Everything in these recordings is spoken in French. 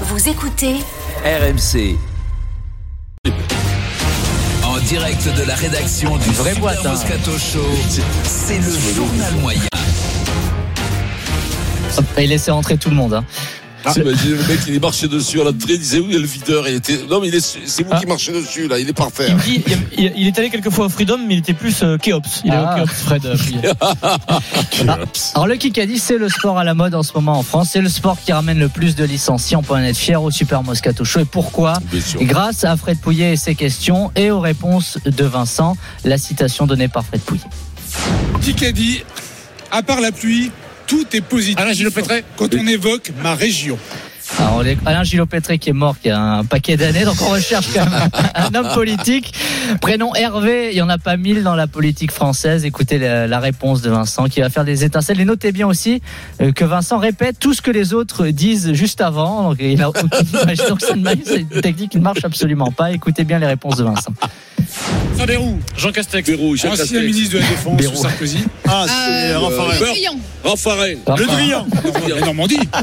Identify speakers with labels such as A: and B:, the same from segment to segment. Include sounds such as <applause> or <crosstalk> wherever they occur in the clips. A: Vous écoutez
B: RMC.
C: En direct de la rédaction du
B: vraie
C: Super
B: boîte, hein.
C: Moscato Show, c'est le journal moyen.
D: Hop, il laissait rentrer tout le monde. hein.
E: T'imagines, le mec, il est marché dessus à l'entrée, il disait où est le videur il était... Non, mais il est- c'est vous qui marchez dessus, là, il est parfait.
F: Il, me dit, il- il est allé quelquefois au Freedom, mais il était plus euh, Keops. Il est
D: Ah,
F: au Keops.
D: Fred, euh, oui. <laughs> Alors le Kikadi, c'est le sport à la mode en ce moment en France. C'est le sport qui ramène le plus de licenciés. On peut en être fier au Super Moscato Show. Et pourquoi
E: Bien sûr.
D: Grâce à Fred Pouillet et ses questions et aux réponses de Vincent, la citation donnée par Fred Pouillet.
G: Kikadi, à part la pluie, tout est positif.
H: Alain Gillot-Pétré.
G: Quand on évoque ma région.
D: Alors, on est- Alain Gilopétré qui est mort il y a un paquet d'années, donc on recherche quand même un homme politique. Prénom Hervé, il n'y en a pas mille dans la politique française. Écoutez la, la réponse de Vincent qui va faire des étincelles. Et notez bien aussi euh, que Vincent répète tout ce que les autres disent juste avant. Donc, il a aucune image. Donc, c'est une, ma- c'est une technique qui ne marche absolument pas. Écoutez bien les réponses de Vincent.
H: Vincent Bayrou, Jean Castex.
E: Bérou, Jacques
G: Ancien
E: Castex.
G: ministre de la Défense sous Sarkozy.
E: Ah, c'est euh,
G: Raffarin.
E: Beurre- Raffarin.
D: Enfin,
G: Drian. La Normandie.
E: Ah,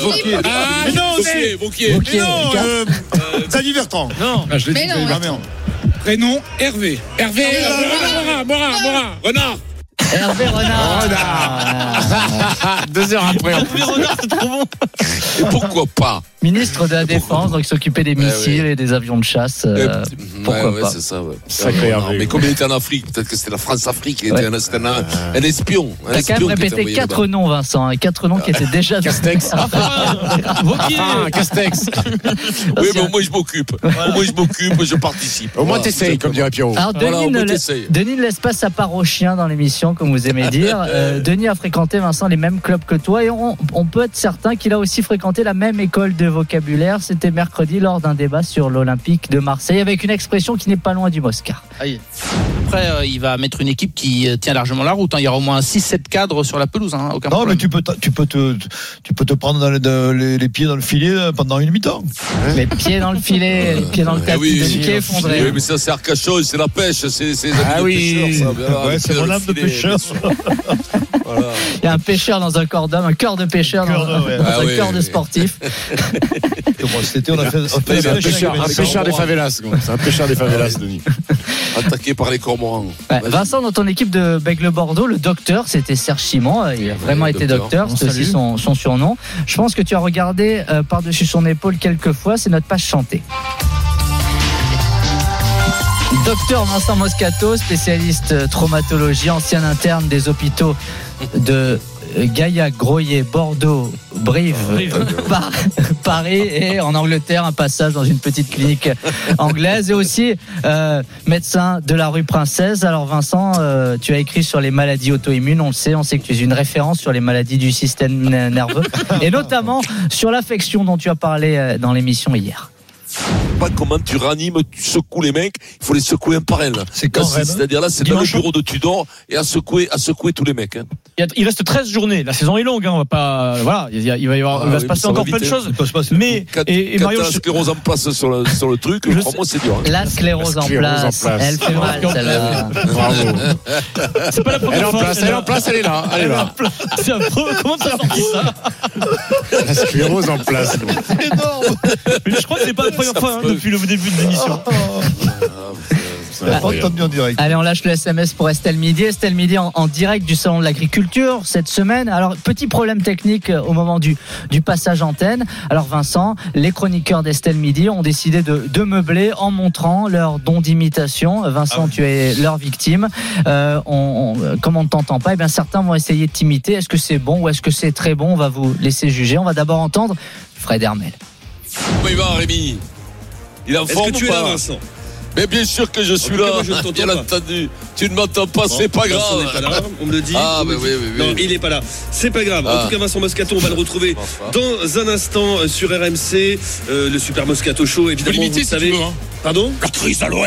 E: Vauquier. Ah, non, Vauquier, Vauquier.
D: Wauquiez, Ricard.
G: Xavier Bertrand.
H: Non.
G: Ah, je l'ai dit,
I: non,
G: ah, merde. Prénom Hervé. Ah,
H: Hervé. Morin, Morin, Morin, Morin.
E: Renard.
D: Hervé Renard.
H: Deux heures après.
E: Et pourquoi pas
D: Ministre de la Défense, donc il s'occupait des
E: oui.
D: missiles et des avions de chasse. euh,
E: Euh,
D: pourquoi
E: ouais, ouais,
D: pas
E: c'est ça, ouais.
H: Sacré
E: Renard.
H: Hervé.
E: Mais comme il était en Afrique, peut-être que c'était la France-Afrique, il était
D: Ouais.
E: un, c'était un, un espion.
D: T'as quand
E: Un
D: même
E: espion qui était
D: répété
E: envoyé
D: quatre
E: là-bas. Ah.
D: noms, Vincent, et quatre noms qui étaient
E: <laughs>
D: déjà.
H: Castex.
F: Wauquiez.
H: Ah, Castex.
E: Oui, mais au moins je m'occupe. Au moins je m'occupe, je participe.
H: Au moins
E: Voilà,
H: t'essayes, comme dirait Pierrot.
D: Alors,
E: Voilà,
D: Denis,
E: on
D: ne
E: peut
D: la-
E: essayer.
D: Denis ne laisse pas sa part aux chiens dans l'émission, comme vous aimez
E: <laughs>
D: dire. Euh, Denis a fréquenté, Vincent, les mêmes clubs que toi et on, on peut être certain qu'il a aussi fréquenté la même école de vocabulaire. C'était mercredi lors d'un débat sur l'Olympique de Marseille avec une expression qui n'est pas loin du Moscar.
J: Après, euh, il va mettre une équipe qui euh, tient largement la route. hein. Il y aura au moins 6-7 cadres sur la pelouse. hein, Aucun
K: Non, mais
J: problème.
K: tu peux, ta- tu peux te, tu peux te prendre dans les, dans les- les pieds dans le filet euh, pendant une mi-temps.
D: Les pieds dans le
E: <laughs>
D: filet, les pieds dans le tapis,
E: Ah Hein oui, Eh
D: Denis qui est effondré.
E: Oui, mais ça, c'est Arcachon, c'est la pêche, c'est c'est les amis
H: Ah
E: de
H: oui.
E: pêcheurs, ça. Voilà,
K: Ouais,
E: les
K: c'est
E: pieds
K: mon
E: dans le
K: âme de
E: filet,
K: pêcheur.
E: Voilà.
D: Il y a un pêcheur dans un corps d'homme, un cœur de pêcheur
K: Cœur
D: dans,
K: de- ouais.
D: dans
E: Ah
D: un
E: oui,
D: cœur de
E: oui.
D: sportif.
K: Comment C'était, on a fait, on a fait
H: C'est
K: la
H: un
K: pêche
H: pêcheur,
K: avec
H: un
K: les
H: pêcheur des
K: cormorans.
H: favelas. quoi. C'est un pêcheur des favelas, Denis.
E: Attaqué par les cormorans.
D: Ouais,
E: Vas-y.
D: Vincent, dans ton équipe de Bègle Bordeaux, le docteur, c'était Serge Simon. euh, Il a
E: Oui,
D: vraiment été
E: docteur.
D: docteur. C'est aussi son, son surnom. Je pense que tu as regardé euh, par-dessus son épaule quelques fois. C'est notre page chantée. Docteur Vincent Moscato, spécialiste euh, traumatologie, ancien interne des hôpitaux de euh, Gaillac, Groyer, Bordeaux, Brive, euh, Par- Paris et en Angleterre, un passage dans une petite clinique anglaise et aussi euh, médecin de la rue Princesse. Alors Vincent, euh, tu as écrit sur les maladies auto-immunes, on le sait, on sait que tu es une référence sur les maladies du système n- nerveux et notamment sur l'affection dont tu as parlé euh, dans l'émission hier.
E: pas comment tu ranimes, tu secoues les mecs, il faut les secouer un par un. là.
K: C'est quand,
E: Là, c'est-
K: Rennes
E: C'est-à-dire là, c'est dans le
F: Dimanche
E: bureau de Tudor et à secouer, à secouer tous les mecs. hein.
F: Il, y a- il reste 13 journées. La saison est longue. hein, on va pas. Voilà. Il, y a- il va, y avoir,
E: Ah
F: il va
E: oui,
F: se
E: mais ça
F: passer
E: va
F: encore
E: vite,
F: plein de
E: hein.
F: choses.
K: Ça se passe-
F: Mais
E: Quatre-
F: et, et
E: quatre
F: Mario,
E: ans, sclérose en place sur le, sur le truc,
F: <laughs> Je
E: crois-moi, c'est dur. hein.
D: La sclérose,
H: La
D: en,
H: sclérose
D: place,
H: en place.
D: elle fait mal celle-là.
H: Bravo.
F: c'est pas la première
H: Elle est en
F: fois.
H: place, elle est en place, elle est là. Elle est là.
F: C'est un peu- Comment t'as sorti ça
H: La sclérose en place. donc.
F: Mais Je crois que c'est pas la première fois hein, depuis le début de l'émission.
H: C'est
K: On
H: incroyable.
K: l'a entendu en direct.
D: Allez, on lâche le SMS pour Estelle Midi. Estelle Midi en, en direct du Salon de l'Agriculture cette semaine. Alors, petit problème technique euh, au moment du, du passage antenne. Alors, Vincent, les chroniqueurs d'Estelle Midi ont décidé de, de meubler en montrant leur don d'imitation. Vincent, tu es leur victime. Euh, on, on- euh, comme on ne t'entend pas, eh bien, certains vont essayer de t'imiter. Est-ce que c'est bon ou est-ce que c'est très bon On va vous laisser juger. On va d'abord entendre Fred Hermel.
E: Comment il va, Rémi Il est en forme ou pas Mais bien sûr que je suis
G: En tout cas,
E: là,
G: moi, je ne t'entends
E: bien
G: pas.
E: entendu. Tu ne m'entends pas, c'est pas grave.
G: On me le dit.
E: Ah, mais oui, oui, oui.
G: il n'est pas là. C'est pas grave.
E: Ah. tout cas,
G: Vincent Moscato, on va le retrouver
E: Enfin.
G: dans un instant sur RMC. Euh, le Super Moscato Show,
H: Tu peux l'imiter si tu veux. hein.
G: Pardon
E: Patrice à
A: <laughs>
E: l'OM.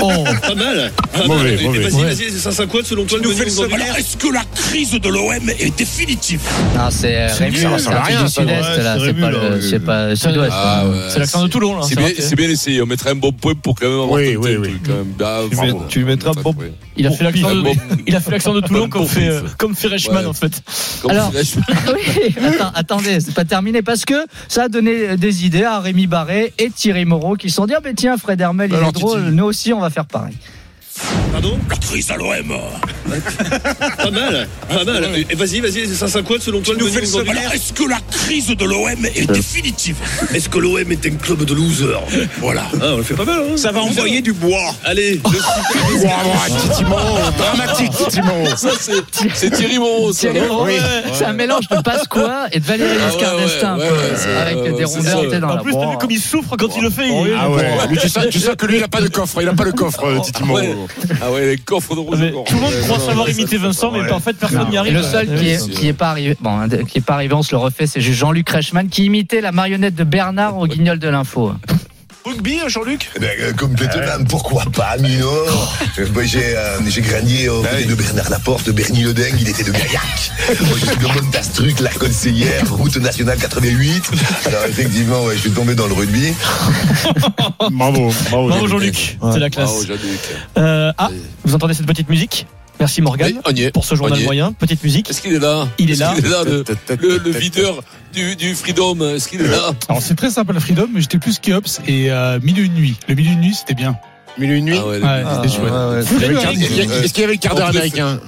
D: Oh.
G: Pas mal.
A: Ah,
G: Pas
H: Mauvais,
G: mal.
H: mauvais.
G: Vas-y, vas-y, ça c'est quoi selon toi le menu aujourd'hui
E: Est-ce que la crise de l'OM est définitive
D: Non, c'est Rémi,
H: ça
D: c'est
H: ressemble
D: un
H: à
D: truc
H: rien,
D: du
H: ça.
D: sud-est,
K: Ouais,
D: là.
K: c'est
D: C'est
K: Rému,
D: pas
K: là.
D: le- c'est pas le sud-ouest.
E: Ah ouais,
F: C'est l'accent de Toulon. là,
E: C'est
F: ça
E: bien,
F: va.
E: c'est bien essayé, on mettrait un bon point pour quand même avoir
H: Oui,
E: tenté
H: oui,
E: le
H: oui.
E: truc, quand même. Bah,
K: Tu
E: bravo.
K: mets- tu mettras
E: Ouais.
K: Bob-
F: Il a fait l'accent de,
E: Bon,
F: il a fait l'accent de Toulon comme
E: Bon
F: fait, euh,
E: pif.
F: comme fait Reichmann,
E: Ouais.
F: en fait.
E: comme
D: Alors-
E: dirait-
D: Oui, <laughs> attends, attendez, c'est pas terminé parce que ça a donné euh, des idées à Rémi Barré et Thierry Moreau qui se sont dit Ah, ben tiens, Fred Hermel, il est
H: Alors,
D: drôle,
H: Titi.
D: nous aussi, on va faire pareil.
A: Pardon
C: La crise à l'OM.
A: Pas mal, pas mal. Et Vas-y, vas-y, ça sera quoi selon toi le menu aujourd'hui
C: Alors, est-ce que la crise de l'OM est définitive
A: Est-ce que l'OM est un club de losers Voilà. Ah, on le fait pas mal, hein
H: Ça va envoyer du bois.
A: Allez,
F: Ah,
A: le super-
H: Titi Moreau, dramatique Titi Moreau.
E: Ça, c'est- c'est Thierry Moreau, ça.
D: Thierry
E: non
D: Moreau, <laughs> c'est un mélange de Pasqua et de Valérie
E: Ah,
D: Giscard
E: ouais,
D: d'Estaing, un
E: ouais,
D: peu,
E: ouais, ouais,
D: avec
E: ouais,
D: des
E: ouais, c'est
D: rondeurs
E: ça.
D: tu sais, dans
F: En
D: la
F: plus, t'as vu
D: broie.
F: comme il souffre quand il le fait. il-
H: Ah ouais, lui, tu, sens, tu sens que lui, il n'a pas de coffre. Il n'a pas de coffre, euh, Titi
E: Ah ouais.
H: Moreau.
E: Ah ouais, les coffres de rouge.
F: Mais
E: encore.
F: tout le monde
E: Ouais,
F: croit
E: non,
F: savoir
E: non,
F: imiter Vincent, mais en fait, personne n'y
D: Et
F: arrive.
D: le seul qui
E: c'est
D: est, qui est pas arrivé, bon, hein, qui est pas arrivé, on se le refait, c'est juste Jean-Luc Reichmann qui imitait la marionnette de Bernard au Guignol de l'info.
A: Rugby, Jean-Luc
B: Eh ben, euh, complètement, pourquoi pas, Mino Euh, moi, J'ai euh, j'ai grandi au côté de Bernard Laporte, de Bernie Le Dingue, il était de Gaillac. Moi, je suis de Montastruc, la conseillère, route nationale 88. Alors, effectivement, ouais, je suis tombé dans le rugby.
H: Bravo, bravo.
F: Bravo Jean-Luc, c'est
E: Bravo,
F: la classe.
E: Jean-Luc.
F: Euh, ah, vous entendez cette petite musique Merci Morgan
E: Oui, on y est.
F: pour ce
E: On y
F: journal
E: est.
F: moyen. Petite musique.
E: Est-ce qu'il est là
F: Il est
E: Est-ce
F: là.
E: qu'il le, le- le videur du, du Freedom, est-ce qu'il est là
I: Alors c'est très sympa le Freedom, mais j'étais plus Keops et euh, Mille et une nuits. Le Mille et une nuits, c'était bien.
H: Mille et une nuits.
E: Ah ouais,
I: Ouais,
K: Ah,
I: c'était chouette.
K: ouais, ouais.
H: Il y avait le quart- il y a- Ah. Est-ce qu'il y avait le quart d'heure
E: En plus,
H: américain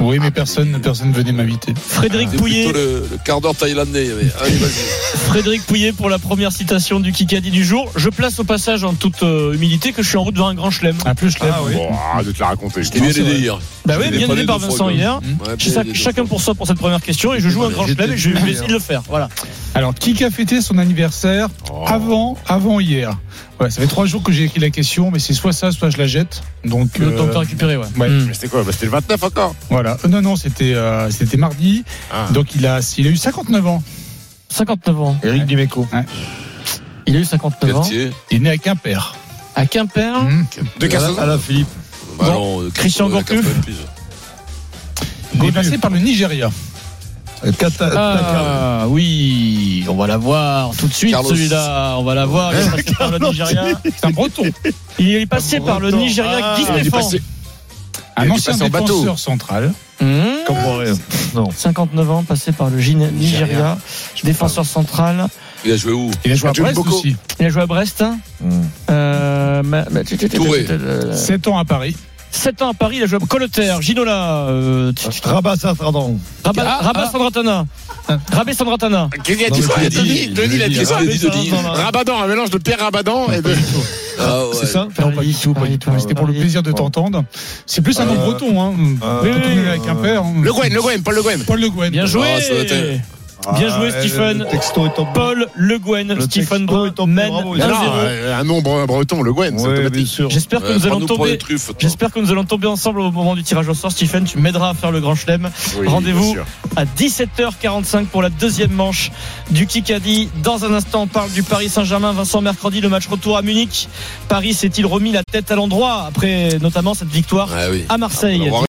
I: Oui, mais personne, personne venait m'inviter.
F: Frédéric
E: c'est plutôt
F: Pouillet,
E: le, le quart d'heure thaïlandais. il y avait. Allez, vas-y.
F: Frédéric Pouillet pour la première citation du Kikadi du jour. Je place au passage en toute euh, humilité que je suis en route vers un grand chelem.
I: Ah plus je l'aime.
H: Bon, arrête de te la raconter.
E: T'es bien aidé hier.
F: Bah
E: Je
F: oui,
E: l'ai
F: bien
E: pas
F: aidé
E: lu
F: par
E: deux
F: Vincent
E: fois,
F: hier.
E: Ouais,
F: Je suis
E: bien
F: chac-
E: aidé.
F: chacun pour soi pour cette première question et je joue un grand chelem et je vais essayer de le faire. Voilà.
I: Alors qui a fêté son anniversaire avant, avant hier Ouais, ça fait trois jours que j'ai écrit la question, mais c'est soit ça, soit je la jette. Donc
F: Le
I: euh,
F: temps que t'as récupéré, ouais.
I: ouais,
H: Mais c'était quoi Bah, C'était le 29 encore.
I: voilà. Euh, non non, c'était euh, c'était mardi.
H: Ah.
I: Donc il a il a eu 59 ans.
F: 59 ans.
K: Eric Dimeco.
F: Il a eu 59 ans.
E: Galtier.
I: Il est né à Quimper.
F: À Quimper.
I: Mmh.
H: De Cassandre.
K: Alain Philippe.
E: Bah non, euh,
F: Christian
E: quatre-
F: Gourcuff.
E: quatre- piges.
I: Il est
K: Godu.
I: passé par le Nigeria.
K: Kata-
F: Ah oui, on va la voir tout de suite
E: Carlos.
F: celui-là, on va la voir. Il est passé par le Nigeria.
I: C'est un breton.
F: Il est passé
I: Un
F: par le
I: breton.
F: Nigeria
I: Ah,
F: Guy
I: il est
F: Stéphane.
H: passé-
I: Un
H: Il est
I: ancien
H: passé en bateau.
I: défenseur central.
F: Mmh.
K: Comme moi, rien. Non.
F: 59 ans, passé par le Gine- Nigeria, défenseur central.
E: Il a joué où
I: Il a joué à
H: Mathieu
I: Brest
H: Boko.
I: aussi.
F: Il a joué à Brest. hein
I: Mmh.
K: Hmm.
F: Euh,
E: 7
I: 7 ans à Paris.
F: 7 ans à Paris, il a joué à Colotter, Ginola, euh,
K: Rabat Safradan.
F: Rabat Rabat Sandratana. Rabat Sandratana.
H: Qu'est-ce qu'il a dit
K: Non, mais
H: Denis,
K: Denis,
H: Denis, il a dit
E: Qu'est-ce
H: ça.
E: qu'il a dit, Ah, Denis
H: Rabadan, un mélange de Pierre Rabadan et de.
E: Ah ouais.
K: C'est ça
I: Non, pas du tout, pas du tout. C'était pour le plaisir de t'entendre. C'est plus un nom
K: Euh,
I: breton, hein.
K: euh,
I: Breton,
K: oui,
I: il est
K: oui,
I: avec
K: euh,
I: un père. hein.
H: Le Gwen, le Gwen, Paul Le Gwen.
I: Paul Le Guen.
F: Bien joué. Ah,
E: Ah, ça doit être-
F: Bien joué, Stephen.
K: Le texto est en
F: Paul Le Guen,
K: Le
F: Stephen
K: texto
F: Braun
K: est en
F: mène
K: bravo,
F: 1-0.
H: Non, euh, un nombre breton, Le Gwen, c'est
K: Ouais, bien
H: automatique.
K: sûr.
F: J'espère que
E: Ouais,
F: nous allons
E: prends-nous pour les
F: tomber.
E: truffes, toi.
F: J'espère que nous allons tomber ensemble au moment du tirage au sort. Stephen, tu m'aideras à faire le grand chelem.
H: Oui,
F: Rendez-vous
H: bien sûr.
F: à 17h45 pour la deuxième manche du Kikadi. Dans un instant, on parle du Paris Saint-Germain. Vincent, mercredi, le match retour à Munich. Paris s'est-il remis la tête à l'endroit après notamment cette victoire
E: Ah oui.
F: à Marseille
E: On va voir